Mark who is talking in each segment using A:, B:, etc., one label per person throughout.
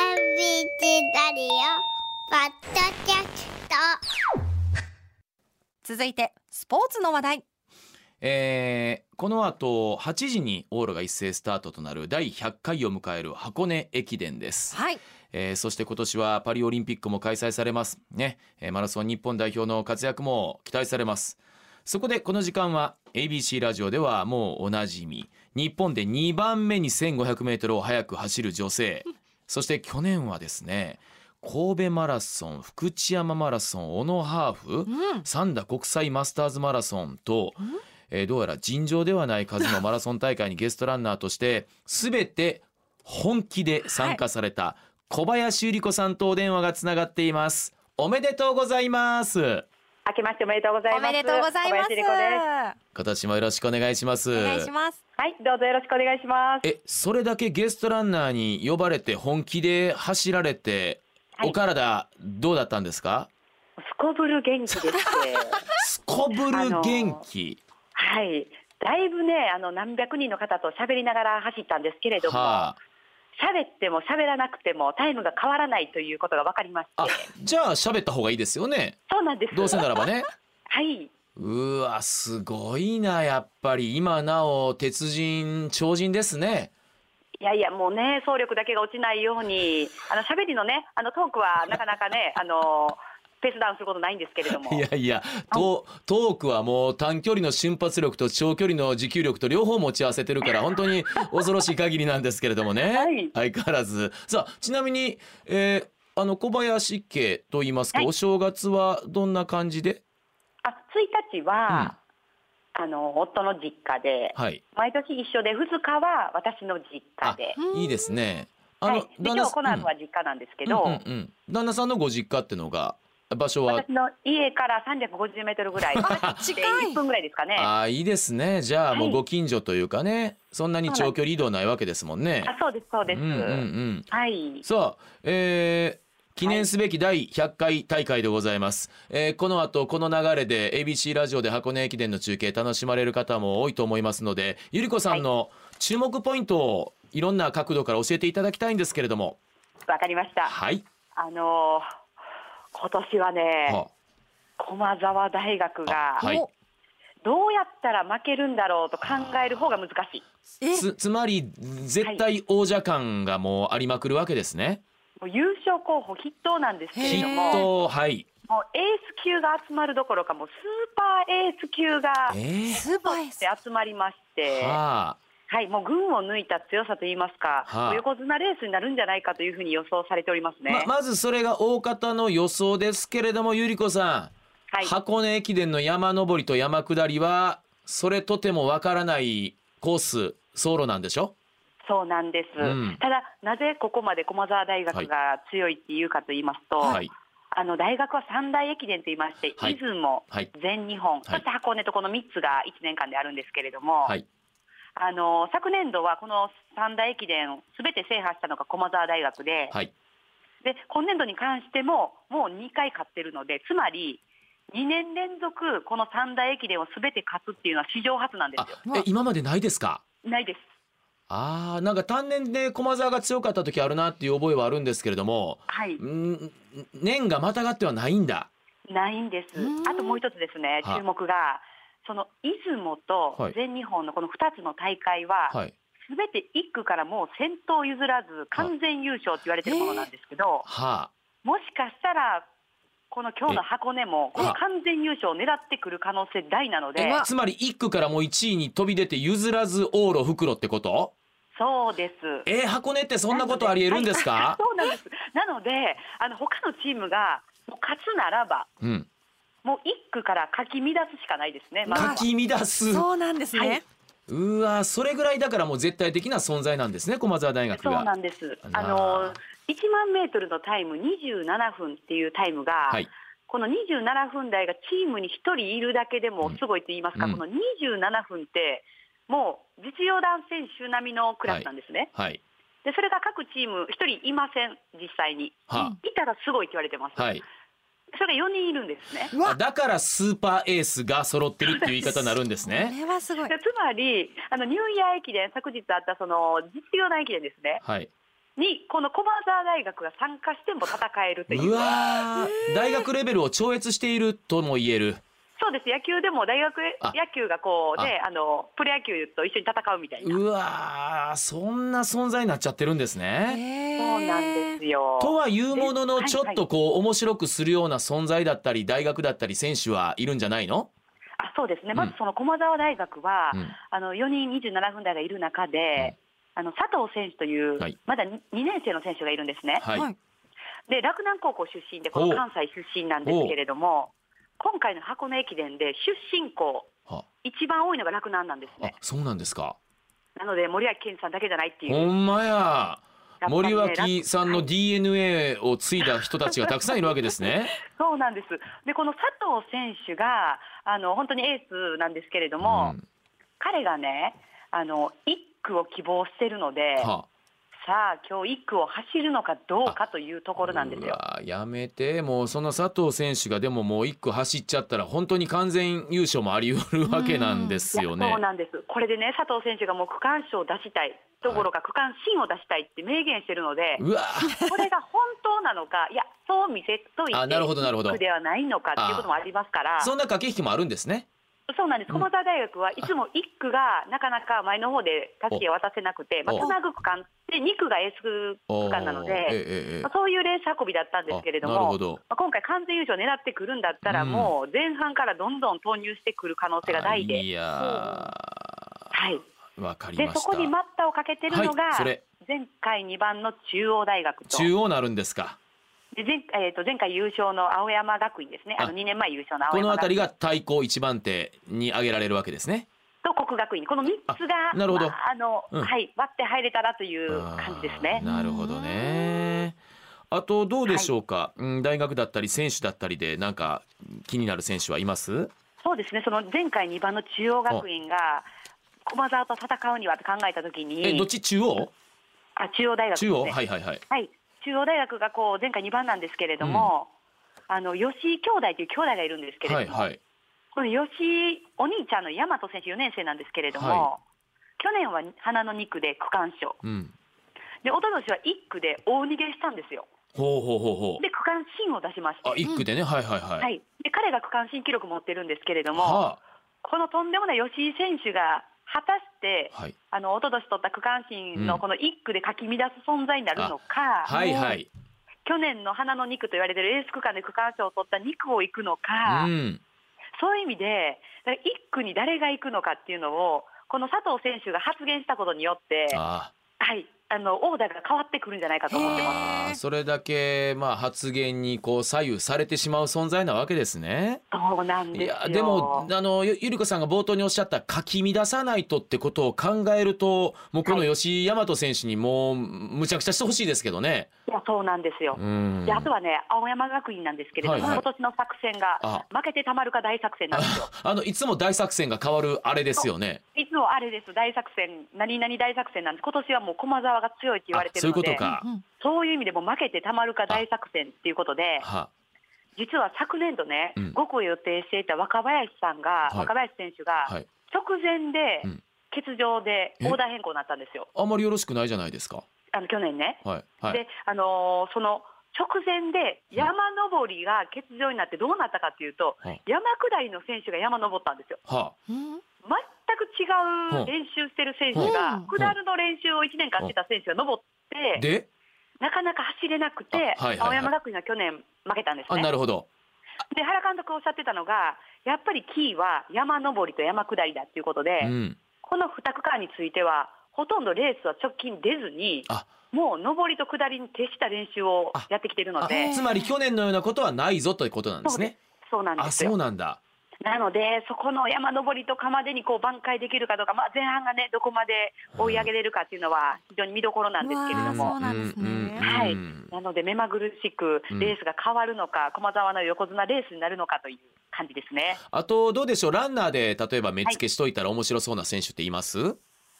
A: チラリオポッドキャスト
B: 続いてスポーツの話題
C: えーこの後8時にオーラが一斉スタートとなる第100回を迎える箱根駅伝です、
B: はい
C: えーそして今年はパリオリンピックも開催されますね、えーマラソン日本代表の活躍も期待されますそこでこの時間は ABC ラジオではもうおなじみ日本で2番目に 1500m を速く走る女性 そして去年はですね神戸マラソン福知山マラソン小野ハーフ、
B: うん
C: 三田国際マスターズマラソンと、えーどうやら尋常ではない数のマラソン大会にゲストランナーとして全て本気で参加された小林百合子さんとお電話がつながっていますおめでとうございます
D: 明けましておめでとうござい
B: お
D: ます。
B: めでとうございます
D: 小林理子です。
C: 今年もよろしくお願いします
B: お願いします
D: はい、どうぞよろしくお願いします。
C: えそれだけゲストランナーに呼ばれて本気で走られて、
D: はい
C: お体どうだったんですか
D: すこぶる元気です。
C: すこぶる元気、
D: はい。だいぶね、あの何百人の方と喋りながら走ったんですけれども、喋、
C: はあ
D: っても喋らなくてもタイムが変わらないということが分かりまし
C: あ
D: て、
C: じゃあ喋った方がいいですよね
D: そうなんです。
C: どうせならばね
D: はい。
C: うわすごいなやっぱり今なお鉄人超人ですね
D: いやいやもうね総力だけが落ちないようにあの喋りのねあのトークはなかなか ねあのペースダウンすることないんですけれども
C: いやいやトトークはもう短距離の瞬発力と長距離の持久力と両方持ち合わせてるから本当に恐ろしい限りなんですけれどもね、
D: はい
C: 相変わらずさあちなみに、えーあの小林家と言いますか、
D: はい
C: お正月はどんな感じで
D: あ1日は、あの夫の実家で、
C: はい
D: 毎年一緒で2日は私の実家で。
B: うん
C: いいですねあ
D: はい、で今日コナンは
C: うん
D: 実家なんですけど、
C: うんうんうん旦那さんのご実家ってのが場所は
D: 私の家から350メートルぐ らい走って
B: 近い
D: 1分ぐらいですかね。あ
C: ああいいですねじゃあ
D: はい
C: もうご近所というかね、そんなに長距離移動ないわけですもんね。
D: そうですそうです。
C: うんうんうん、
D: はい。
C: さあ、えー記念すべき第100回大会でございます、えーこの後この流れで ABC ラジオで箱根駅伝の中継楽しまれる方も多いと思いますのでゆり子さんの注目ポイントをいろんな角度から教えていただきたいんですけれども
D: わかりました。
C: はい、
D: あのー今年はね
C: は
D: 駒澤大学
C: あ
D: が
C: はい
B: お
D: どうやったら負けるんだろうと考える方が難しい。
B: え
C: つつまり絶対王者感がもうありまくるわけですね。
D: もう優勝候補筆頭なんですけ
B: へ
C: きっ
D: れど
B: ー
D: も、も
C: とはい、
D: うエース級が集まるどころかもうスーパーエース級が
C: えー
B: スーパーエース
D: で集まりまして。
C: はあ
D: はい、もう群を抜いた強さといいますか、
C: はあ
D: 横綱レースになるんじゃないかというふうに予想されておりますね。
C: ままずそれが大方の予想ですけれどもゆり子さん、
D: はい、
C: 箱根駅伝の山登りと山下りはそれとてもわからないコース走路なんでしょ
D: そうなんです、
C: うん
D: ただ、なぜここまで駒澤大学が強いっていうかと言いますと、
C: はい
D: あの大学は三大駅伝と言いまして、
C: はい
D: 出雲、
C: はい
D: 全日本、そして箱根とこの3つが1年間であるんですけれども、
C: はい
D: あの昨年度はこの三大駅伝、すべて制覇したのが駒澤大学で、
C: はい
D: で今年度に関してももう2回勝ってるのでつまり2年連続この三大駅伝をすべて勝つっていうのは史上初なんで
C: あ
D: すよ。
C: え今までないですか
D: ないです。
C: あーなんか単年で駒澤が強かった時あるなっていう覚えはあるんですけれども
D: はい、
C: ん年がまたがってはないんだ
D: ないんです
B: うー。ん
D: あともう一つですね、
C: は
D: 注目が、その出雲
C: は
D: と
C: い
D: 全日本のこの2つの大会は、
C: はい
D: すべて1区からもう先頭譲らず、完全優勝って言われてるものなんですけど、
C: は
D: もしかしたら、この今日の箱根も、
C: え
D: この完全優勝を狙ってくる可能性大なの
B: え
D: で
B: わ、
C: あつまり一区からもう1位に飛び出て譲らず往路袋ってこと
D: そうです。
C: えー箱根ってそんなことありえるんですか
D: そうなんです。なので、あの他のチームがもう勝つならば、
C: うん
D: もう一区からかき乱すしかないですね。まずは
C: かき乱す
B: そうなんです
D: は
B: ね
D: いう
C: わそれぐらいだからもう絶対的な存在なんですね駒澤大学
D: そうな
C: が。
D: んです。
C: な
D: あの1万メートルのタイム27分っていうタイムが、
C: はい
D: この27分台がチームに1人いるだけでもすごいと言いますか、
C: うん
D: この27分ってもう実業団選手並みのクラスなんですね。
C: はい
D: でそれが各チーム1人いません実際に。
C: はい
D: たらすごいって言われてます。
C: はい、
D: それが4人いるんですね。
B: うわ
C: あだからスーパーエースが揃ってるっていう言い方になるんです
B: こ
C: ね。
B: れはすごい
D: でつまりあのニューイヤー駅伝昨日あったその実業団駅伝ですね
C: はい
D: にこの駒澤大学が参加しても戦えるとい
C: う
D: う
C: わー大学レベルを超越しているとも言える
D: そうです野球でも大学
C: あ
D: 野球がこうねあのプロ野球と一緒に戦うみたいな
C: うわーそんな存在になっちゃってるんですね。
D: そうなんですよ
C: とはいうもの
D: え
C: の
D: はい
C: ちょっとこう面白くするような存在だったり大学だったり選手はいるんじゃないの、
D: あそうですね
C: ん
D: まずその駒澤大学は、
C: うん
D: あの4人27分台がいる中で、あの佐藤選手という、
C: はい
D: まだ2年生の選手がいるんですね、
C: はい、
B: はい
D: で洛南高校出身で、この
C: ほう
D: 関西出身なんですけれども、今回の箱根駅伝で出身校、
C: は
D: 一番多いのが洛南なんです
C: あ
D: ね、
C: そうなんですか
D: なので森脇健児さんだけじゃないっていう、
C: ほんまや
D: やっぱりね
C: 森脇さん
D: は
C: の
D: い
C: DNA を継いだ人たちがたくさんいるわけですね。
D: そうなんです、でこの佐藤選手があの本当にエースなんですけれど も、
C: うん
D: 彼がね、あの1区を希望してるので、
C: は
D: さあ、今日1区を走るのかどうかというところなんです
C: う
D: よ。
C: わやめてもうその佐藤選手がでももう一区走っちゃったら本当に完全優勝もあり得るわけなんですよ
D: いや
C: ね
D: そう。なんですこれでね佐藤選手がもう区間賞を出したいどころか区間新を出したいって明言してる ので、
C: うわ
D: これが本当なのかいやそう見せといて
C: あなるほどなるほど
D: 一区ではないのかっていうこともありますから
C: そ
D: そ
C: んな駆け引きもあるんですね。
D: うなんです駒澤大学はいつも1区がなかなか前の方で襷を渡せなくて、まあ、
C: お
D: つなぐ区間で2区がエース区間なの
C: おーえ
D: で、
C: えええ
D: まあそういうレース運びだったんですけれど
C: あなるほ
D: も。
C: ど
D: まあ今回、完全優勝狙ってくるんだったら、
C: うん
D: もう前半からどんどん投入してくる可能性が大
C: あい
D: で、
C: や
D: はい、
C: ーわかり
D: で
C: ました
D: そこに待ったをかけてるのが、
C: はいそれ
D: 前回2番の中央大学と
C: 中央なるんですか
D: で前,、えー、と前回優勝の青山学院ですね、あの
C: あ
D: 2年前優勝の青
C: この
D: 山学
C: 辺
D: 院
C: りが対抗一番手に挙げられるわけですね
D: と国学院、この3つが
C: あなるほど
D: まああの
C: うん
D: はい、割って入れたらという感じですね
C: あー。なるほどねあとどうでしょうか、うん大学だったり選手だったりでなんか気になる選手はいます
D: そうですねその前回2番の中央学院が駒澤と戦うにはって考えたとき
C: えどっ
D: に、
C: ち中央
D: あ中央大学で
C: 中
D: すね
C: 央はいはいはい
D: はい、中央大学がこう前回2番なんですけれども、あの吉井兄弟という兄弟がいるんですけれども、
C: はいはい
D: この吉井お兄ちゃんの大和選手、4年生なんですけれども、
C: は
D: 去年は花の2区で区間賞、
C: うん
D: でおととしは1区で大逃げしたんですよ、
C: ほうほうほうほ
D: で区間新を出しまし
C: うあ
D: て、
C: 一区でね、はいはいはい、
D: はい、で彼が区間新記録持ってるんですけれども、
C: は
D: このとんでもない吉井選手が果たして、
C: あはい
D: あの一昨年取った区間新のこの1区でかき乱す存在になるのか、
C: はいはい
D: 去年の花の2区と言われてるエース区間で区間賞を取った2区を行くのか。
C: うん
D: そういう意味で、だから1区に誰が行くのかっていうのを、この佐藤選手が発言したことによって、
C: あ
D: はい、あのオーダーが変わってくるんじゃないかと思ってます。
C: あーそれだけまあ発言にこう左右されてしまう存在なわけですね。
D: そうなんです
C: い
D: よ。
C: やでもあのゆゆり子さんが冒頭におっしゃったかき乱さないとってことを考えるともうこの吉井大和選手にもうむちゃくちゃしてほしいですけどね。
D: いやそうなんですよ
C: う。ん
D: であとはね、青山学院なんですけれども、
C: はいはい
D: 今年の作戦が
C: あ、
D: 負けてたまるか大作戦なんですよ。
C: あの いつも大作戦が変わるあれですよね。
D: いつもあれです、大作戦、何々大作戦なんです、今年はもう駒澤が強いって言われてるので、
C: あそういうことか
B: うんうん
D: そういう意味でも負けてたまるか大作戦っていうことで、
C: は
D: 実は昨年度ね、
C: うん
D: 5個予定していた若林さんが、
C: はい
D: 若林選手が、
C: はい。
D: 直前で
C: うん
D: 欠場で
C: え
D: オーダー変更になったんですよ、
C: あんまりよろしくないじゃないですか。
D: あの去年ね。
C: はいはい。
D: で、あのーその直前で山登りが欠場になってどうなったかというと、
C: はい
D: 山下りの選手が山登ったんですよ。
C: は
B: うん
D: 全く違う練習してる選手
B: う
D: が
B: ん、
D: 下るの練習を1年間してた選手が登っ
C: あ。
D: て、
C: で、
D: なかなか走れなくて、
C: あはいはいはい
D: 青山学院が去年負けたんです
C: あ
D: ね
C: な。るほど。
D: で原監督がおっしゃってたのが、やっぱりキーは山登りと山下りだっていうことで、
C: うん。
D: この2区間については、ほとんどレースは直近出ずに、
C: あ
D: もう上りと下りに徹した練習をやってきてるの
C: あ
D: で、
C: つまり去年のようなことはないぞということなんですね。
D: そうなんで
C: あ
D: す
C: そ
D: よ
C: う。なんだ。
D: なので、そこの山登りとかまでにこう挽回できるかどうか、まあ、前半がね、どこまで追い上げれるかっていうのは、非常に見どころなんですけれど
B: うわー
D: も
B: そう。なんですね
C: うんうんうん
D: はいなので、目まぐるしく
C: うん
D: レースが変わるのか、駒澤の横綱レースになるのかという感じですね。
C: あとどうでしょうランナーで例えば目付けしといたら面白そうな選手っています、は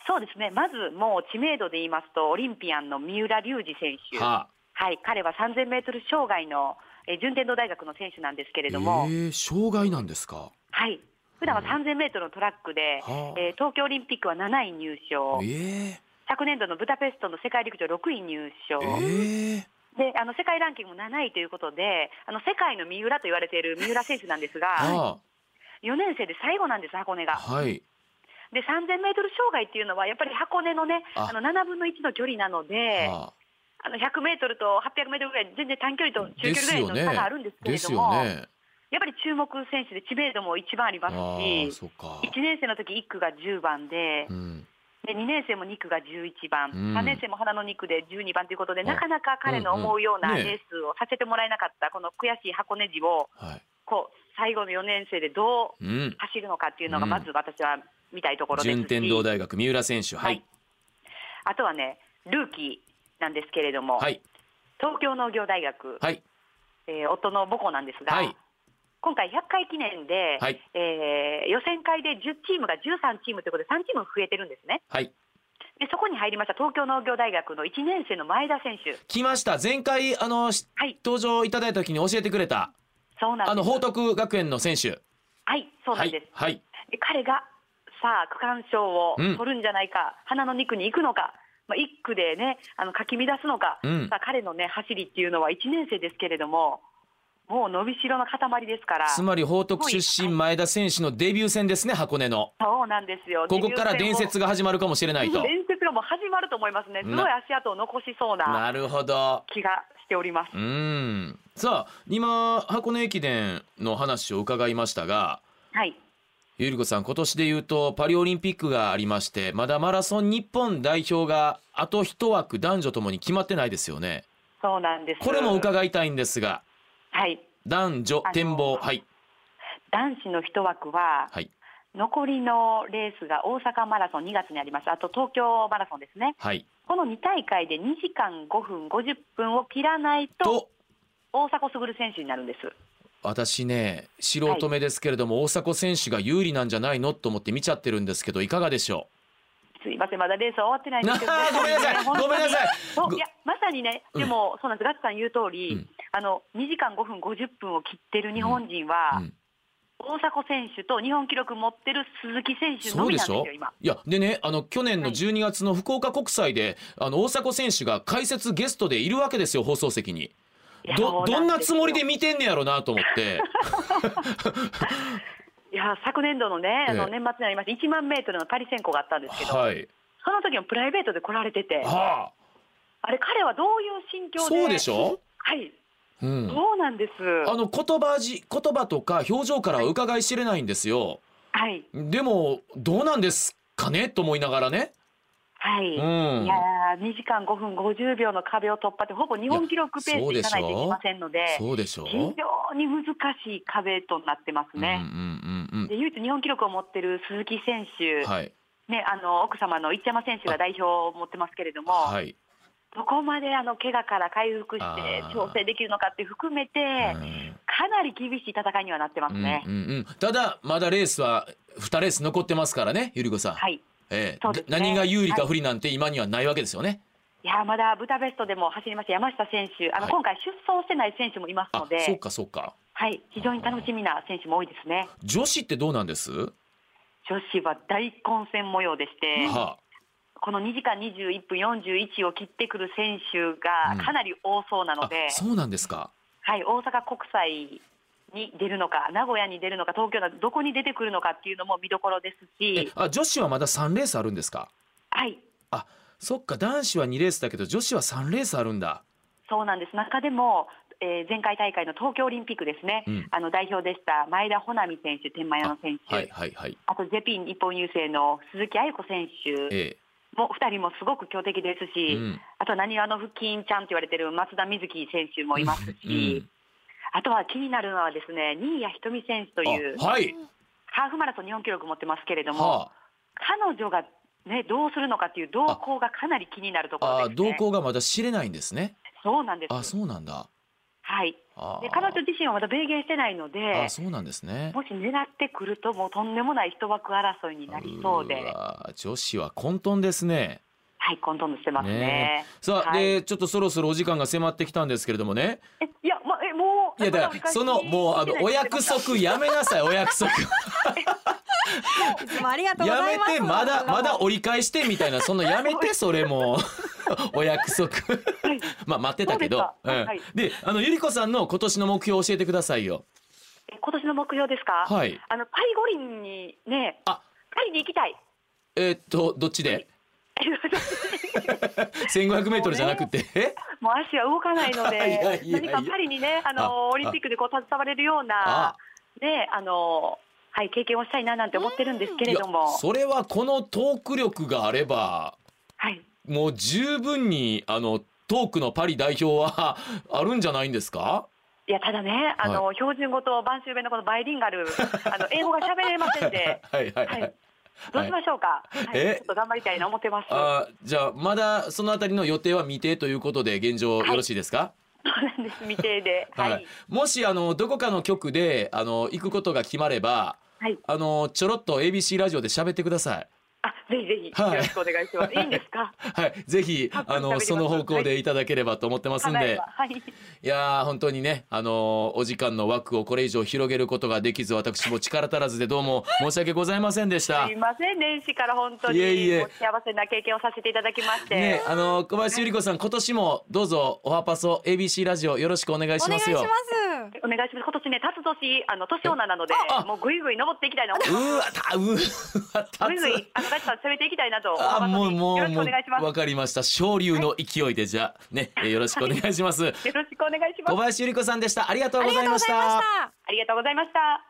D: そうですね、まずもう知名度で言いますと、オリンピアンの三浦龍司選手、は
C: あ、
D: い、彼は3000メートル障害の、えー順天堂大学の選手なんですけ
C: え
D: れども、
C: ー、障害なんですか、
D: はい、普段は3000メートルのトラックで、
C: はあ
D: えー東京オリンピックは7位入賞、
C: え
D: 昨年度のブダペストの世界陸上6位入賞、
C: ええ
D: であの世界ランキングも7位ということであの世界の三浦と言われている三浦選手なんですが
C: あ
D: 4年生で最後なんです箱根
C: あ
D: が。
C: はい
D: で 3000m 障害っていうのはやっぱり箱根のね
C: あ
D: あの7分の1の距離なので
C: ああ
D: あの 100m と 800m ぐらい全然短距離と中距
C: です
D: 離
C: よ
D: ぐらいの差
C: ね
D: があるんですけ
C: で
D: れど
C: すよ
D: も、
C: ね
D: やっぱり注目選手で知名度も一番ありま
C: あ
D: す
C: あ
D: し
C: そっか
D: 1年生の時1区が10番で,、
C: うん
D: で2年生も2区が11番、
C: うん
D: 3年生も花の2区で12番ということで
C: あ
D: なかなか彼の思うような
C: うんう
D: レ
C: んね
D: ースをさせてもらえなかったこの悔しい箱根路を
C: はい
D: こう最後の4年生でどう
C: うん
D: 走るのかっていうの
C: う
D: が
C: ん
D: まず私は見たいところですし、
C: 順天堂大学三浦選手は
D: はいい、あとはねルーキーなんですけれども、
C: はい
D: 東京農業大学、
C: はい
D: えー夫の母校なんですが、
C: はい
D: 今回100回記念で、
C: はい
D: えー予選会で10チームが13チームということで3チーム増えてるんですね
C: はい
D: でそこに入りました東京農業大学の1年生の前田選手
C: 来ました前回あのし
D: はい
C: 登場いただいた時に教えてくれた
D: そうなんです
C: あの報徳学園の選手
D: はいそうな
C: は
D: んで
C: い
D: す、
C: はい
D: で彼がさあ区間賞を
C: うん
D: 取るんじゃないか、花の2区に行くのか、まあ、1区でねあのかき乱すのか、
C: うん
D: さあ彼のね走りっていうのは1年生ですけれどももう伸びしろの塊ですから
C: つまり報徳出身前田選手のデビュー戦ですね箱根の
D: そうなんですよ
C: ここから伝説
D: が
C: が始まるかもしれ ないと
D: 伝説がもう始まると思いますねすごい足跡を残しそうな
C: なるほど
D: 気がしておりま
C: う。
D: す
C: ーんさあ今箱根駅伝の話を伺いましたが
D: はい
C: ゆり子さん今年で言うとパリオリンピックがありましてまだマラソン日本代表があと一枠男女ともに決まってないですよね
D: そうなんです
C: これも伺いたいんですが
D: はい
C: 男女
D: あの
C: 展望はい
D: 男子の一枠は、
C: はい
D: 残りのレースが大阪マラソン2月にあります、あと東京マラソンですね、
C: はい
D: この2大会で2時間5分50分を切らないと、
C: と
D: 大迫傑選手になるんです。
C: 私ね素人目ですけれども、大迫選手が有利なんじゃないのと思って見ちゃってるんですけどいかがでしょ
D: すいません、まだレースは終わってないんですけど、
C: なあ ごめんなさい
D: ね本当に
C: ごめんなさい
D: そう
C: ご
D: いや、まさにね、
C: うん
D: でも、そうなんです、ガッツさん言う通り、
C: うん
D: あの2時間5分50分を切ってる日本人
C: う、
D: は、
C: うん
D: 大迫選手と日本記録持ってる鈴木選手
C: そ
D: の
C: う
D: み
C: で
D: なん
C: し
D: で
C: ょ
D: すよ、今。
C: いやでねあの去年の
D: はい
C: 12月の福岡国際で、あの大迫選手が解説ゲストでいるわけですよ放送席に
D: いや
C: ど
D: そう
C: どんな
D: す
C: つ
D: よ
C: もりで見てんねやろなと思って
D: いや昨年度のね、あ
C: え
D: の
C: え
D: 年末になりました1万メートルのパリ選考があったん ですけど、
C: はい
D: その時もプライベートで来られてて、あ
C: はあ
D: れ、彼はどういう心境で、
C: そうでしょ、
D: はい、
C: うん、
D: そうなんです、
C: あの言葉じ言葉とか表情からは伺い知れないんですよ
D: はい、
C: でもどうなんですかねと思いながらね
D: は
C: う
D: い、
C: ん
D: いやー、2時間5分50秒の壁を突破って、ほぼ日本記録ペースでいかないといけませんので、
C: そうでしょう、
D: 非常に難しい壁となってます
C: うんうん
D: ね。
C: うん
D: で唯一日本記録を持ってる鈴木選
C: う
D: 手、
C: んはい
D: ね、あの奥様の一山選手が代表を持ってますけれども、
C: はい、
D: どこまであの怪我から回復し
C: あ
D: て
C: ー
D: 調整できるのかって含めて、
C: うん
D: かなり厳しい戦いにはなってますね。
C: うんうんうん、ただまだレースは2レース残ってますからねゆり子さん、
D: はい
C: ええ
D: そうですね
C: 何が有利か不利なんて今にはないわけですよね、
D: いやーまだブダペストでも走りました山下選手、あの
C: はい
D: 今回、出走してない選手もいますの
C: あそう
D: で、
C: かそうか
D: はい、非常に楽しみな選手も多いですね。
C: 女子ってどうなんです、
D: 女子は大混戦模様でして、
C: は
D: この2時間21分41を切ってくる選手がかなり多そうな
C: あ、
D: ので、
C: あそうなんですか
D: はい、大阪国際に出るのか、名古屋に出るのか、東京などどこに出てくるのかっていうのも見どころです
C: え
D: し、
C: あ女子はまだ3レースあるんですか
D: はい、
C: あそっか男子は2レースだけど女子は3レースあるんだ
D: そうなんです中でも、えー前回大会の東京オリンピックですね、
C: うん
D: あの代表でした前田穂波選手、天満屋の選手、あ,、
C: はいはいはい
D: とジェピン日本郵政の鈴木愛子選手
C: え
D: も、2人もすごく強敵です
C: え
D: し、
C: うん
D: あとなにわの腹筋ちゃんと言われてる松田瑞生選手もいますし、
C: うん
D: あとは気になるのは、ですね新谷仁美選手という、
C: あはい
D: ハーフマラソン日本記録持ってますけれども、
C: は
D: 彼女が、ね、どうするのかっていう動向がかなり気になるとこ
C: あ
D: ろ
C: あ
D: です、
C: 動
D: ね、
C: 向がまだ知れないんですね
D: そうなんです。
C: あそうなんだ
D: はい
C: あ
D: で彼女自身はまだ明言してないので
C: あ、そうなんですね
D: もし狙ってくると、もうとんでもない一枠争いになりそうで、
C: わー女子は混沌ですね
D: はい、混沌としてますね。
C: ねさあ、
D: はい
C: でちょっとそろそろお時間が迫ってきたんですけれどもね
D: えいや、ま、えもう、
C: いやだか
D: ま
C: ら
D: 折り返し
C: そのもうあのお約
D: してない
C: 束やめなさいお約束
B: いつもありがとうご
C: や
B: ざ
C: め
B: います
C: てまだまだ
B: お
C: 折り返してみたいなそのやめ てそれもお約束
D: はい
C: まあ待ってたけど
D: そうですかはい
C: うん、であのゆり子さんの今年の目標を教えてくださいよ
D: え今年の目標ですか、
C: はい
D: あのパリ五輪にね
C: あ
D: パリに行きたい
C: えーっとどっちで 1500m じゃなくてえ
D: もう足は動かないの で
C: いやいやいや
D: 何かパリにねあの
C: あ
D: オリンピックでこう携われるよう
C: あ
D: なねあのはい経験をしたいななんて思ってるんですけ
C: い
D: れ
C: や
D: ども
C: それはこのトーク力があれば
D: はい
C: もう十分にあのトークのパリ代表は あるんじゃないんですか
D: いやただねあの、標準語と晩秋弁のこのバイリンガル あの英語が喋れませんで
C: はいはいはい、
D: はいどうしましょうか、はい
C: え
D: ちょっと頑張りたいな思ってますそ
C: あーじゃあまだそのあたりの予定は未定ということで現状よろしいですか、
D: うなんです未定で
C: は
D: はいい、はい
C: もしあのどこかの局であの行くことが決まればあのちょろっと ABC ラジオで喋ってください。
D: あぜひぜひ
C: はい
D: よろしくお願いします、い、いんです か
C: はい、ぜひ
D: あ
C: あ
D: 喋り
C: の
D: ます
C: その方向でいただければと思ってますんで、
D: 叶え
C: い
D: ば、はい
C: やー本当にねあのお時間の枠をこれ以上広げることができず私も力足らずでどうも申し訳ございませんでし
D: す
C: た
D: み。ません年始から本当に
C: いえいえ
D: もう幸せな経験をさせていただきまして、
C: ね、あの小林百合子さん今年もどうぞオハパソ ABC ラジオよろしくお願いし
B: 願
C: ま
B: い
C: す
B: し
C: よ。
B: ます
D: お願いします今年ね立つ年あの年女なので
C: ああ
D: もうぐいぐい登っていきたいな
C: うーわたうーわた
D: ぐいぐいあのガチさん攻めていきたいなと思います
C: あもうも
D: よ
C: う
D: ろしく
C: も
D: お
C: う
D: 願いします
C: わかりました昇竜の勢いでじゃあね、えーよろしくお願いします、
D: よろしくお願いしま
C: 小
D: す
C: 林百合子さんでしたありがとう
B: あ
C: ご
B: りが
C: ざ
B: とご
C: いうま
B: ざ
C: し
B: いましたた
D: ありがとうございました